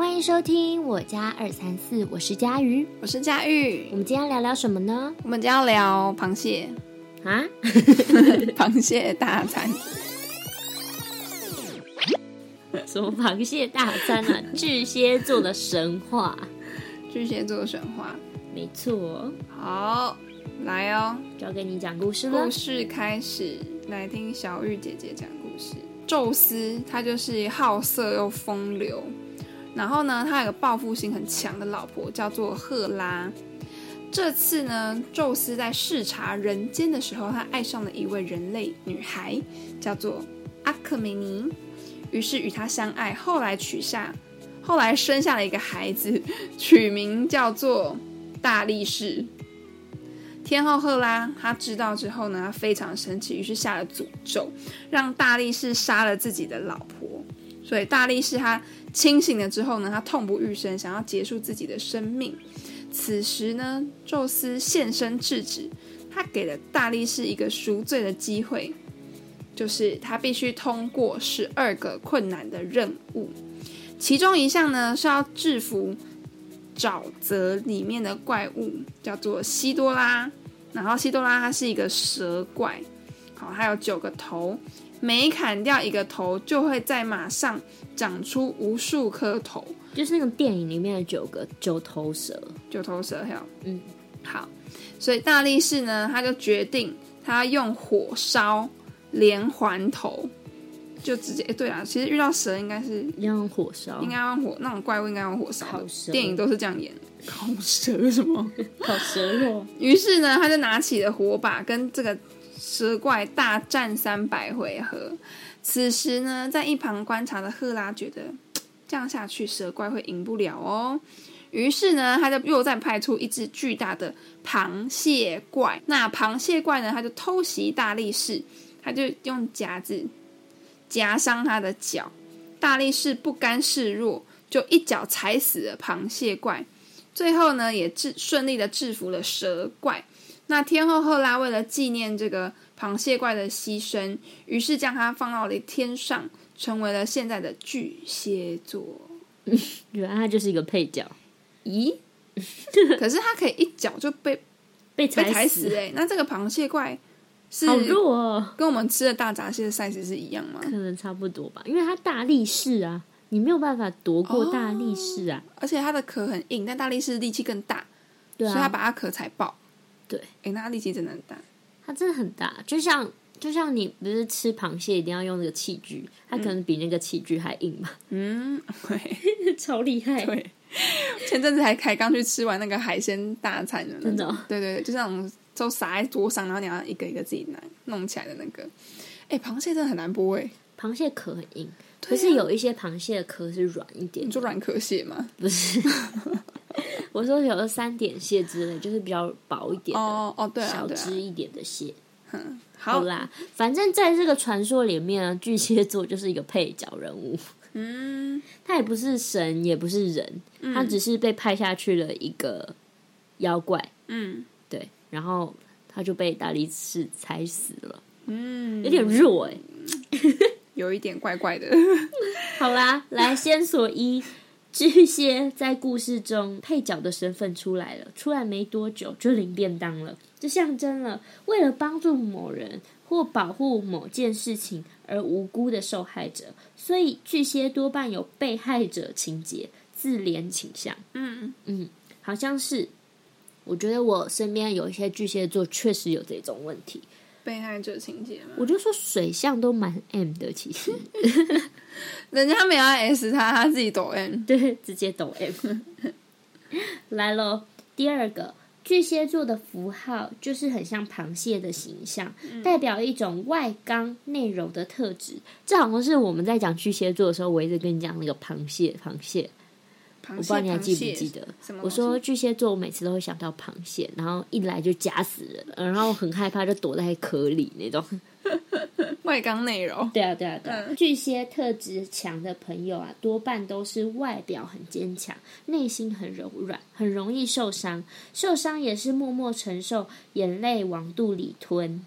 迎收听我家二三四，我是佳瑜。我是佳我玉，们今天聊聊什么呢？我们今天要聊螃蟹，啊，螃蟹大餐。 什么螃蟹大餐 啊？巨蟹座的神话，巨蟹座神话。没错，好，来哦，交给你讲故事了故。事开始，来听小玉姐姐讲故事。宙斯他就是好色又风流，然后呢，他有个报复心很强的老婆叫做赫拉。这次呢，宙斯在视察人间的时候，他爱上了一位人类女孩，叫做阿克美尼，于是与她相爱，后来娶下，后来生下了一个孩子，取名叫做大力士。天后赫拉她知道之后呢，她非常生气，于是下了诅咒，让大力士杀了自己的老婆。所以大力士他清醒了之后呢，他痛不欲生，想要结束自己的生命。此时呢，宙斯现身制止，他给了大力士一个赎罪的机会，就是他必须通过十二个困难的任务，其中一项呢是要制服沼泽里面的怪物，叫做西多拉。然后西多拉它是一个蛇怪，好，它有九个头，每砍掉一个头，就会在马上长出无数颗头，就是那种电影里面的九个九头蛇，九头蛇还有嗯，好，所以大力士呢，他就决定他要用火烧连环头，就直接。诶对啊，其实遇到蛇应该是要用火烧，应该要用火，那种怪物应该要用火烧的烤蛇电影都是这样演的。烤蛇什么？烤蛇哦肉，于是呢，他就拿起了火把，跟这个蛇怪大战三百回合。此时呢，在一旁观察的赫拉觉得嘖这样下去蛇怪会赢不了哦。于是呢，他就又再派出一只巨大的螃蟹怪。那螃蟹怪呢，他就偷袭大力士，他就用夹子夹伤他的脚。大力士不甘示弱，就一脚踩死了螃蟹怪。最后呢，也制顺利的制服了蛇怪。那天后赫拉为了纪念这个螃蟹怪的牺牲，于是将它放到了天上，成为了现在的巨蟹座。原来它就是一个配角，咦？可是它可以一脚就 被被被踩踩死哎、那这个螃蟹怪是好弱哦，跟我们吃的大闸蟹的 size 是一样吗？可能差不多吧，因为它大力士啊，你没有办法夺过大力士啊，而且它的壳很硬，但大力士力气更大，对所以它啊，把它壳踩爆。对，哎、那它力气真的很大。它真的很大，就像就像你不是吃螃蟹一定要用那个器具，它可能比那个器具还硬嘛，嗯，对。 超厉害，对，前阵子还还刚去吃完那个海鲜大餐的那种，真的哦对对对，就是那种都撒在桌上，然后你要一个一个自己拿弄起来的那个。哎、螃蟹真的很难剥哎、螃蟹壳很硬，啊可是有一些螃蟹的壳是软一点你，说软壳蟹吗？不 是。我说有的三点蟹之类，就是比较薄一点的、哦哦，对啊小对啊只，一点的蟹。好，啦，反正在这个传说里面呢，巨蟹座就是一个配角人物，嗯，他也不是神，也不是人，他只是被派下去了一个妖怪，嗯对，然后他就被大力士踩死了，嗯，有点弱哎、有一点怪怪的，好啦，来线索一，巨蟹在故事中配角的身份出来了，出来没多久就领便当了，这象征了为了帮助某人或保护某件事情而无辜的受害者，所以巨蟹多半有被害者情节、自怜倾向。嗯，好像是，我觉得我身边有一些巨蟹座确实有这种问题。被害者情节嘛，我就说水象都蛮 M 的，其 实人家没有要 S 他，他自己抖 M，对，直接抖 M。来喽，第二个巨蟹座的符号就是很像螃蟹的形象，嗯代表一种外刚内柔的特质。这好像是我们在讲巨蟹座的时候，我一直跟你讲那个螃蟹，螃蟹，螃我不知蟹，道你还螃记不蟹记得？什么我东西？说巨蟹座，我每次都会想到螃蟹，然后一来就夹死人，然后很害怕，就躲在壳里那种。外刚内柔，对啊，对啊，对嗯啊。巨蟹特质强的朋友啊，多半都是外表很坚强，内心很柔软，很容易受伤。受伤也是默默承受，眼泪往肚里吞，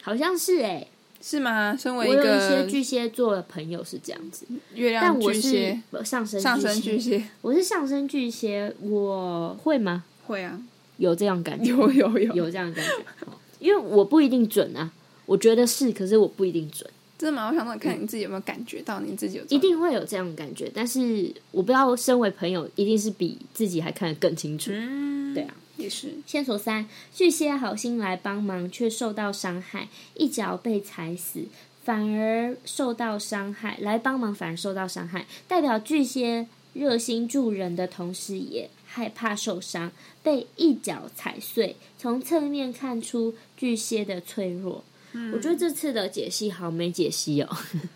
好像是哎、是吗？身我为一有一些个巨蟹座的朋友是这样子，月但亮我巨是蟹、呃上升上升巨蟹，蟹，我是上升巨蟹，我会吗？会啊， 有这样感觉，有有有，有这样的感觉，哦因为我不一定准啊。我觉得是，可是我不一定准，真的吗？我想让你看你自己有没有感觉到你自己有这一种定会有这样的感觉，但是我不知道，身为朋友，一定是比自己还看得更清楚。嗯，对啊，也是线索三：巨蟹好心来帮忙，却受到伤害，一脚被踩死，反而受到伤害；来帮忙反而受到伤害，代表巨蟹热心助人的同时，也害怕受伤，被一脚踩碎。从侧面看出巨蟹的脆弱。我觉得这次的解析好没解析哦，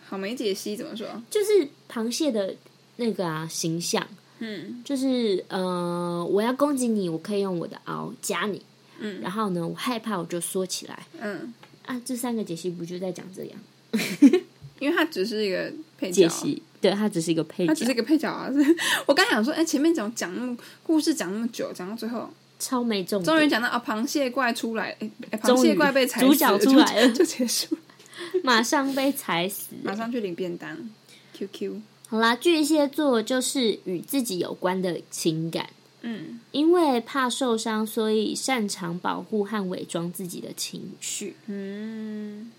好没解析怎么说？就是螃蟹的那个啊形象，嗯就是呃，我要攻击你，我可以用我的螯夹你，嗯然后呢，我害怕我就缩起来嗯，啊。这三个解析不就在讲这样因为它只是一个配角解，啊析？对，它只是一个配它角，只是一个配角啊。 我刚想说，哎，前面讲讲那么故事讲那么久，讲到最后，超没重终于点，讲到啊，螃蟹怪出来，哎，哎终螃于蟹怪被踩死，主角出来了就就 结束，马上被踩死。马上去领便当。QQ，好啦，巨蟹座就是与自己有关的情感，嗯，因为怕受伤，所以擅长保护和伪装自己的情绪。嗯，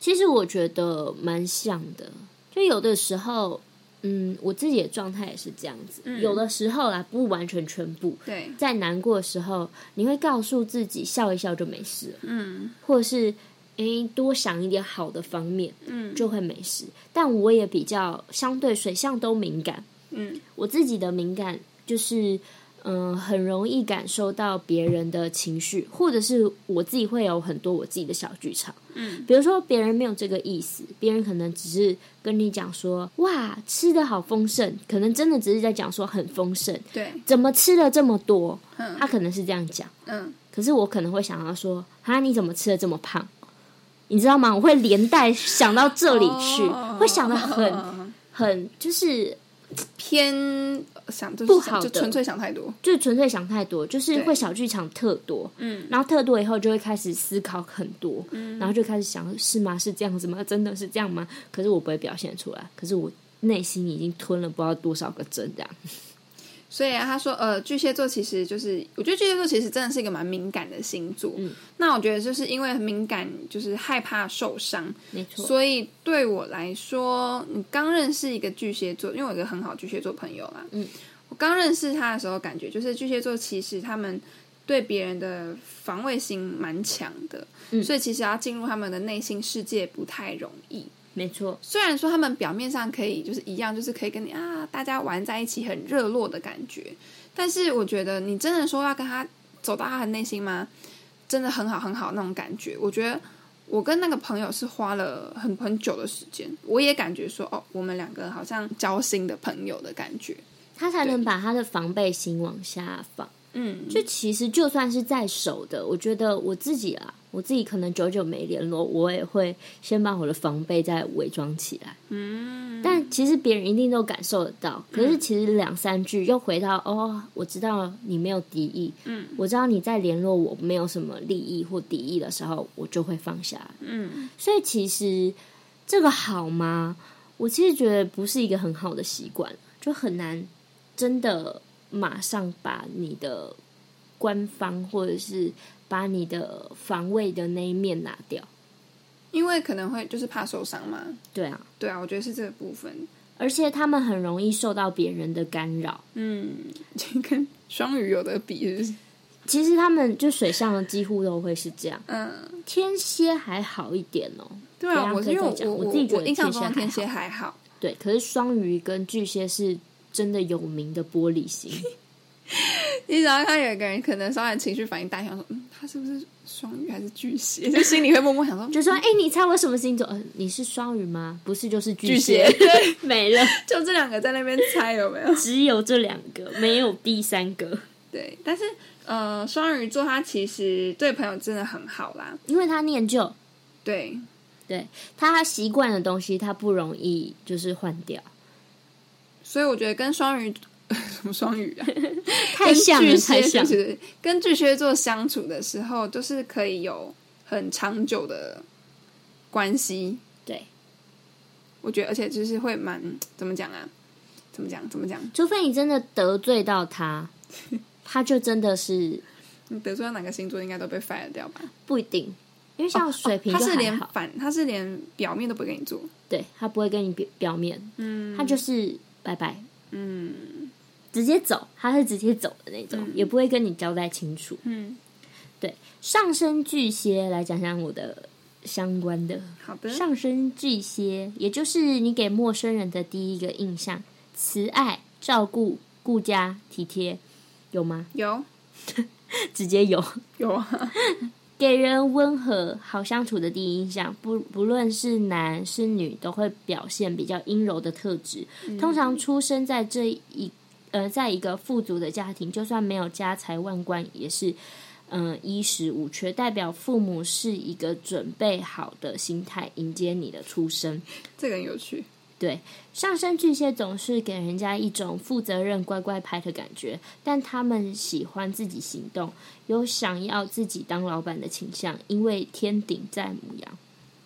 其实我觉得蛮像的，就有的时候，嗯，我自己的状态也是这样子。嗯有的时候啦，不完全全部，对，在难过的时候，你会告诉自己笑一笑就没事了，嗯或者是诶多想一点好的方面嗯就会没事。但我也比较相对水象都敏感，嗯我自己的敏感就是。嗯，很容易感受到别人的情绪，或者是我自己会有很多我自己的小剧场。嗯，比如说别人没有这个意思，别人可能只是跟你讲说：“哇，吃的好丰盛”，可能真的只是在讲说很丰盛，对，怎么吃了这么多？嗯他可能是这样讲，嗯，可是我可能会想要说：“啊，你怎么吃的这么胖？”你知道吗？我会连带想到这里去，哦会想的很 很就是偏想就是不好就的纯粹想太多，就纯粹想太多，就是对会小剧场特多，嗯然后特多以后就会开始思考很多，然后就开始想是吗？是这样子吗？真的是这样吗？可是我不会表现出来，可是我内心已经吞了不知道多少个针这样。所以、啊、他说，呃，巨蟹座其实就是，我觉得巨蟹座其实真的是一个蛮敏感的星座。嗯那我觉得就是因为很敏感，就是害怕受伤，没错，所以对我来说，你刚认识一个巨蟹座，因为我有一个很好的巨蟹座朋友啦，嗯，我刚认识他的时候，感觉就是巨蟹座其实他们对别人的防卫心蛮强的，嗯所以其实要进入他们的内心世界不太容易。没错，虽然说他们表面上可以就是一样，就是可以跟你啊，大家玩在一起很热络的感觉，但是我觉得你真的说要跟他走到他的内心吗？真的很好很好那种感觉。我觉得我跟那个朋友是花了很很久的时间，我也感觉说哦，我们两个好像交心的朋友的感觉。他才能把他的防备心往下放。嗯，就其实就算是在手的，我觉得我自己啦，我自己可能久久没联络，我也会先把我的防备再伪装起来。嗯，但其实别人一定都感受得到。可是其实两三句又回到、哦，我知道你没有敌意，嗯，我知道你在联络我没有什么利益或敌意的时候，我就会放下。嗯，所以其实这个好吗？我其实觉得不是一个很好的习惯，就很难真的马上把你的官方或者是把你的防卫的那一面拿掉。因为可能会就是怕受伤嘛。对啊，对啊，我觉得是这个部分。而且他们很容易受到别人的干扰。嗯，就跟双鱼有的比是不是，其实他们就水象的几乎都会是这样，嗯。天蝎还好一点哦。等对一啊，下我可是以因为再我讲我我自己觉得印象天蝎中的还天好蝎还好，对，可是双鱼跟巨蟹是真的有名的玻璃心。你只要看有一个人可能稍微情绪反应大，想说嗯，他是不是双鱼还是巨蟹， 就心里会默默想说，就说：“哎、你猜我什么星座？呃，你是双鱼吗？不是，就是巨巨蟹。蟹 没了，就这两个在那边猜有没有？只有这两个，没有第三个， 对，但是呃，双鱼座他其实对朋友真的很好啦，因为他念旧，对，对他习惯的东西，他不容易就是换掉， 所以我觉得跟双鱼 什么双鱼啊，太像了，跟巨太蟹像了。对跟巨蟹座相处的时候，就是可以有很长久的关系。对，我觉得，而且就是会蛮怎么讲啊？怎么讲？怎么讲？除非你真的得罪到他，他就真的是你得罪到哪个星座，应该都被 fire 掉吧？哦不一定，因为像水瓶他就是还连好，反，他是连表面都不给你做。对他不会跟你表表面，嗯，他就是拜拜，嗯直接走，他是直接走的那种，也不会跟你交代清楚。嗯，对，上升巨蟹来讲讲我的相关的好的。上升巨蟹，也就是你给陌生人的第一个印象：慈爱、照顾、顾家、体贴，有吗？有直接有。有啊，给人温和、好相处的第一印象，不不论是男是女，都会表现比较阴柔的特质。通常出生在这一呃，在一个富足的家庭，就算没有家财万贯，也是嗯、呃衣食无缺，代表父母是一个准备好的心态迎接你的出生。 这个很有趣。对，上升巨蟹总是给人家一种负责任、乖乖牌的感觉，但他们喜欢自己行动，有想要自己当老板的倾向，因为天顶在母羊，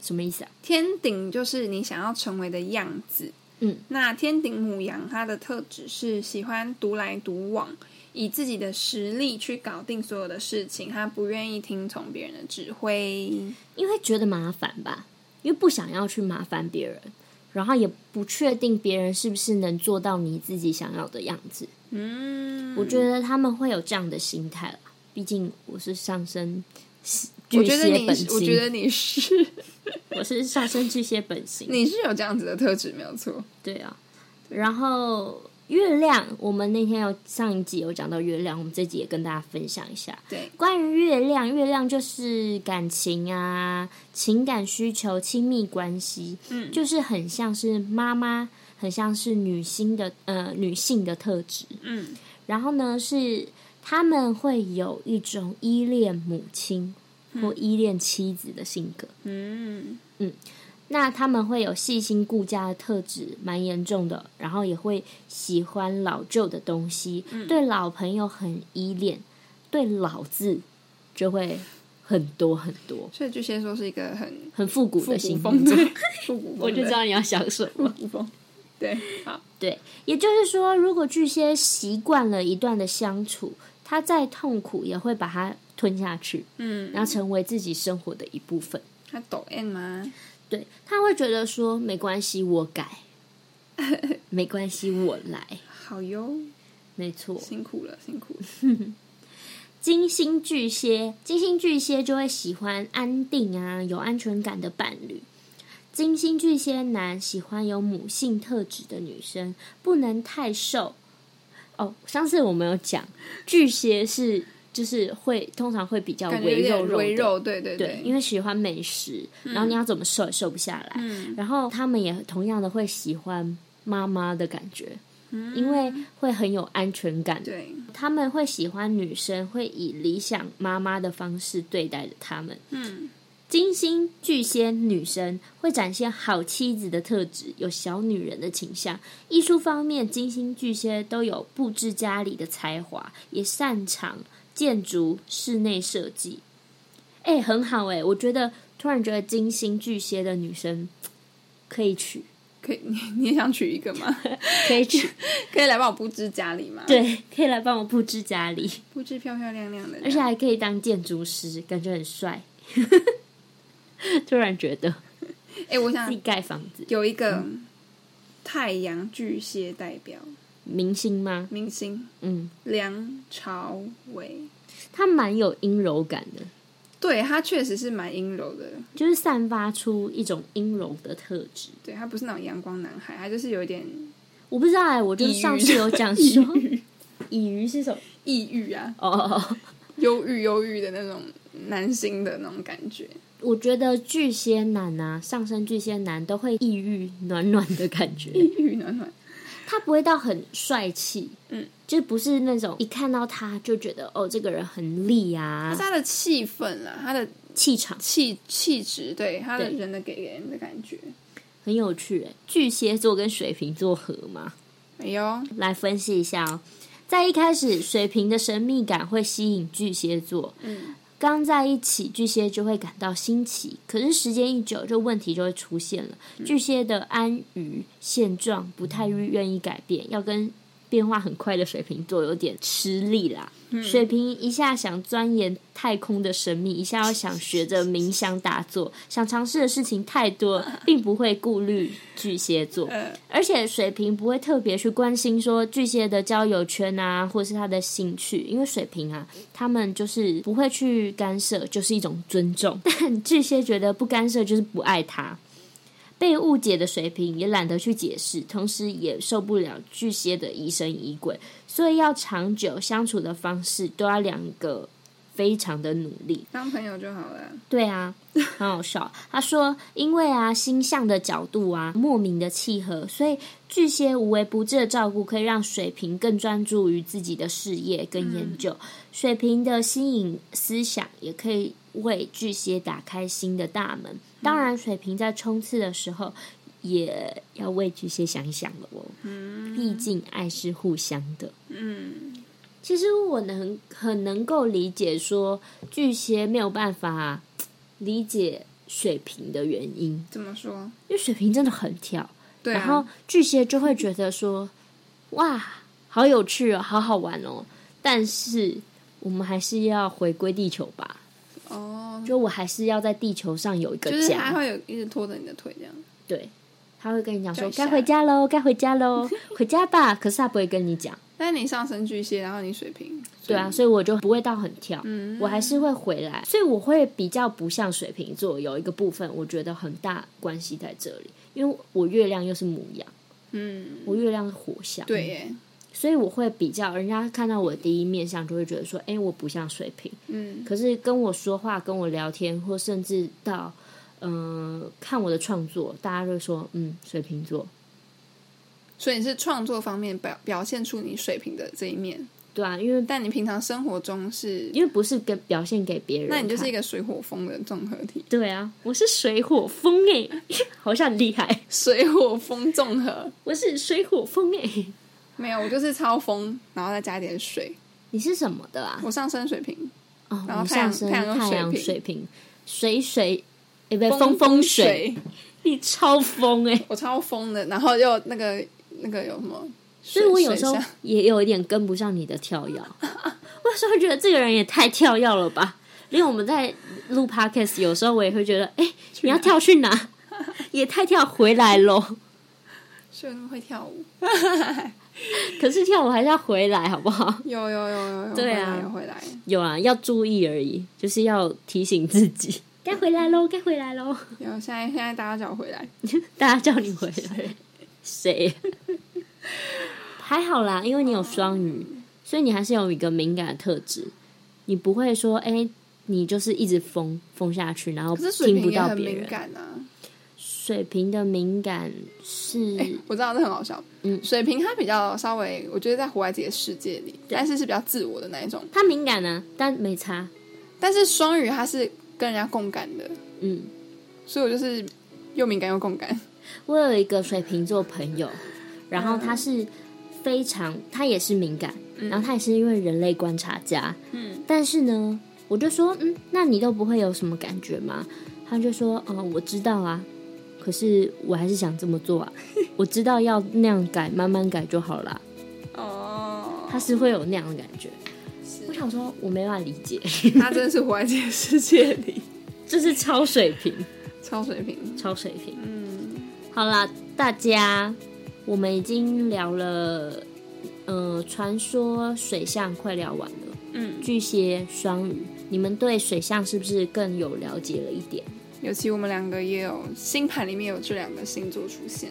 什么意思啊？天顶就是你想要成为的样子。嗯，那天顶母羊它的特质是喜欢独来独往，以自己的实力去搞定所有的事情，他不愿意听从别人的指挥。因为觉得麻烦吧，因为不想要去麻烦别人，然后也不确定别人是不是能做到你自己想要的样子。嗯，我觉得他们会有这样的心态啦，毕竟我是上升我巨觉得蟹你本是，性，我觉得你是， 我是上升巨蟹本性。你是有这样子的特质，没有错。对啊，然后月亮，我们那天有上一集有讲到月亮，我们这集也跟大家分享一下。对，关于月亮，月亮就是感情啊、情感需求、亲密关系，嗯就是很像是妈妈，很像是女性的呃女性的特质。嗯，然后呢，是他们会有一种依恋母亲或依恋妻子的性格。嗯，那他们会有细心顾家的特质，蛮严重的，然后也会喜欢老旧的东西，嗯对老朋友很依恋，对老字就会很多很多，所以巨蟹座是一个很很复古复的古星风，座。 对，复古风，我就知对道你要想什么。 复古风，对，好，对，也就是说，如果巨蟹习惯了一段的相处，他再痛苦也会把它吞下去，嗯，然后成为自己生活的一部分。他抖 M 啊吗？对他会觉得说没关系，我改， 没关系，我来。好哟，没错，辛苦了，辛苦了。金星巨蟹，金星巨蟹就会喜欢安定啊、有安全感的伴侣。金星巨蟹男喜欢有母性特质的女生，不能太瘦。哦，上次我们有讲，巨蟹是就是会通常会比较感觉有微点肉肉的微肉，对对对，因为喜欢美食，然后你要怎么瘦也瘦不下来。嗯然后他们也同样的会喜欢妈妈的感觉，嗯因为会很有安全感对，他们会喜欢女生，会以理想妈妈的方式对待着他们。嗯金星巨蟹女生会展现好妻子的特质，有小女人的倾向。艺术方面，金星巨蟹都有布置家里的才华，也擅长建筑、室内设计。哎、很好哎、我觉得突然觉得金星巨蟹的女生可以娶，可以， 你你也想娶一 个吗？可以娶，可以来帮我布置家里吗？，对，可以来帮我布置家里。布置漂漂亮亮的，而且还可以当建筑师，感觉很帅。 突然觉得哎、我自想己嗯盖房子，有一个太阳巨蟹代表明星吗？明星嗯，梁朝伟，他蛮有阴柔感的，对他确实是蛮阴柔的，就是散发出一种阴柔的特质。对他不是那种阳光男孩，他就是有一点我不知道哎、我就是抑郁上次有讲抑说，郁、乙鱼是什么？抑郁啊、哦哦哦，忧郁、忧郁的那种男星的那种感觉。我觉得巨蟹男啊，上升巨蟹男都会抑郁暖暖的感觉。抑郁暖暖，他不会到很帅气，嗯，就不是那种一看到他就觉得哦，这个人很厉可啊是，他的气氛啊，他的气场。气气质，对他的对人的给人的感觉。很有趣耶，巨蟹座跟水瓶座合吗？哎呦，来分析一下哦。在一开始，水瓶的神秘感会吸引巨蟹座，嗯，刚在一起，巨蟹就会感到新奇，可是时间一久，这问题就会出现了。巨蟹的安于现状，不太愿意改变，要跟变化很快的水瓶座有点吃力啦。水瓶一下想钻研太空的神秘，一下又想学着冥想打坐，想尝试的事情太多，并不会顾虑巨蟹座。而且水瓶不会特别去关心说巨蟹的交友圈啊，或是他的兴趣，因为水瓶啊，他们就是不会去干涉，就是一种尊重。 但巨蟹觉得不干涉就是不爱他。被误解的水瓶也懒得去解释，同时也受不了巨蟹的疑神疑鬼，所以要长久相处的方式都要两个非常的努力。当朋友就好了。对啊，很好笑。他说，因为啊，星象的角度啊，莫名的契合，所以巨蟹无微不至的照顾可以让水瓶更专注于自己的事业跟研究。水瓶的新颖思想也可以为巨蟹打开新的大门。当然，水瓶在冲刺的时候。也要为巨蟹想一想了哦，毕竟爱是互相的。嗯，其实我能很能够理解说巨蟹没有办法理解水瓶的原因，怎么说？因为水瓶真的很跳，对啊，然后巨蟹就会觉得说， 哇，好有趣哦，好好玩哦，但是我们还是要回归地球吧，哦，就我还是要在地球上有一个就是家他，会有一直拖着你的腿这样。对。他会跟你讲说叫一下该回家喽，该回家 喽，回家吧。可是他不会跟你讲，但是你上升巨蟹，然后你水瓶，对啊，所以我就不会到很跳，嗯我还是会回来，所以我会比较不像水瓶座，有一个部分我觉得很大关系在这里，因为我月亮又是母羊，嗯，我月亮是火象，对，耶，所以我会比较，人家看到我的第一面相就会觉得说，哎，我不像水瓶，嗯，可是跟我说话、跟我聊天，或甚至到嗯、呃看我的创作，大家就会说，嗯，水瓶座，所以你是创作方面表表现出你水平的这一面，对啊，因为但你平常生活中是，因为不是给表现给别人看，那你就是一个水火风的综合体，对啊，我是水火风哎、 好像很厉害。水火风综合。我是水火风哎、没有，我就是超风，然后再加一点水。你是什么的啊？我上升水平，哦，然后你太阳上升太阳跟水阳瓶水瓶，水水，哎、不不，风风水，，你超风哎、我超疯的，然后又那个那个有什么所水？以我有时候水象也有一点跟不上你的跳跃， 我有时候觉得这个人也太跳跃了吧。因为我们在录 podcast，有时候我也会觉得，哎、你要跳去哪？ 也太跳回来咯。所以我那么会跳舞，可是跳舞还是要回来，好不好？有有有有有，对啊回来有回来。有啊，要注意而已，就是要提醒自己，该回来喽，该回来喽。有现在现在大家叫我回来， 大家叫你回来，谁？还好啦，因为你有双鱼，所以你还是有一个敏感的特质，你不会说，哎、你就是一直疯疯下去，然后可是水听瓶不也到很别敏人。感啊。水瓶的敏感是，我知道这很好笑，嗯水瓶他比较稍微，我觉得在活在自己的世界里，但是是比较自我的那一种。他敏感啊，但没差，但是双鱼他是跟人家共感的，嗯。所以我就是又敏感又共感。我有一个水瓶座朋友，然后他是非常，他也是敏感，然后他也是因为人类观察家，嗯，但是呢，我就说，嗯，那你都不会有什么感觉吗？他就说，哦、我知道啊，可是我还是想这么做啊，我知道要那样改，慢慢改就好啦。哦，他是会有那样的感觉，我想说，我没办法理解， 他真的是活在自己的世界里， 这是超水平，超水瓶。超水平。嗯，好啦，大家，我们已经聊了，呃，传说水象快聊完了，嗯，巨蟹、双鱼，你们对水象是不是更有了解了一点？尤其我们两个也有星盘里面有这两个星座出现。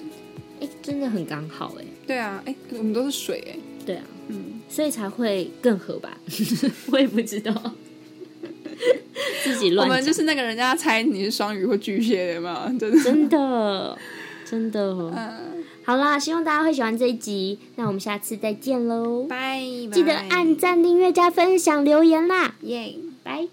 哎，真的很刚好哎、对啊，哎、我们都是水哎、对啊，嗯，所以才会更合吧？ 我也不知道， 自己我乱们就讲，是那个人家猜你是双鱼或巨蟹的嘛，真的。真的，真的。哦嗯，好啦，希望大家会喜欢这一集，那我们下次再见喽！拜，记得按赞、订阅、加分享、留言啦，耶。拜。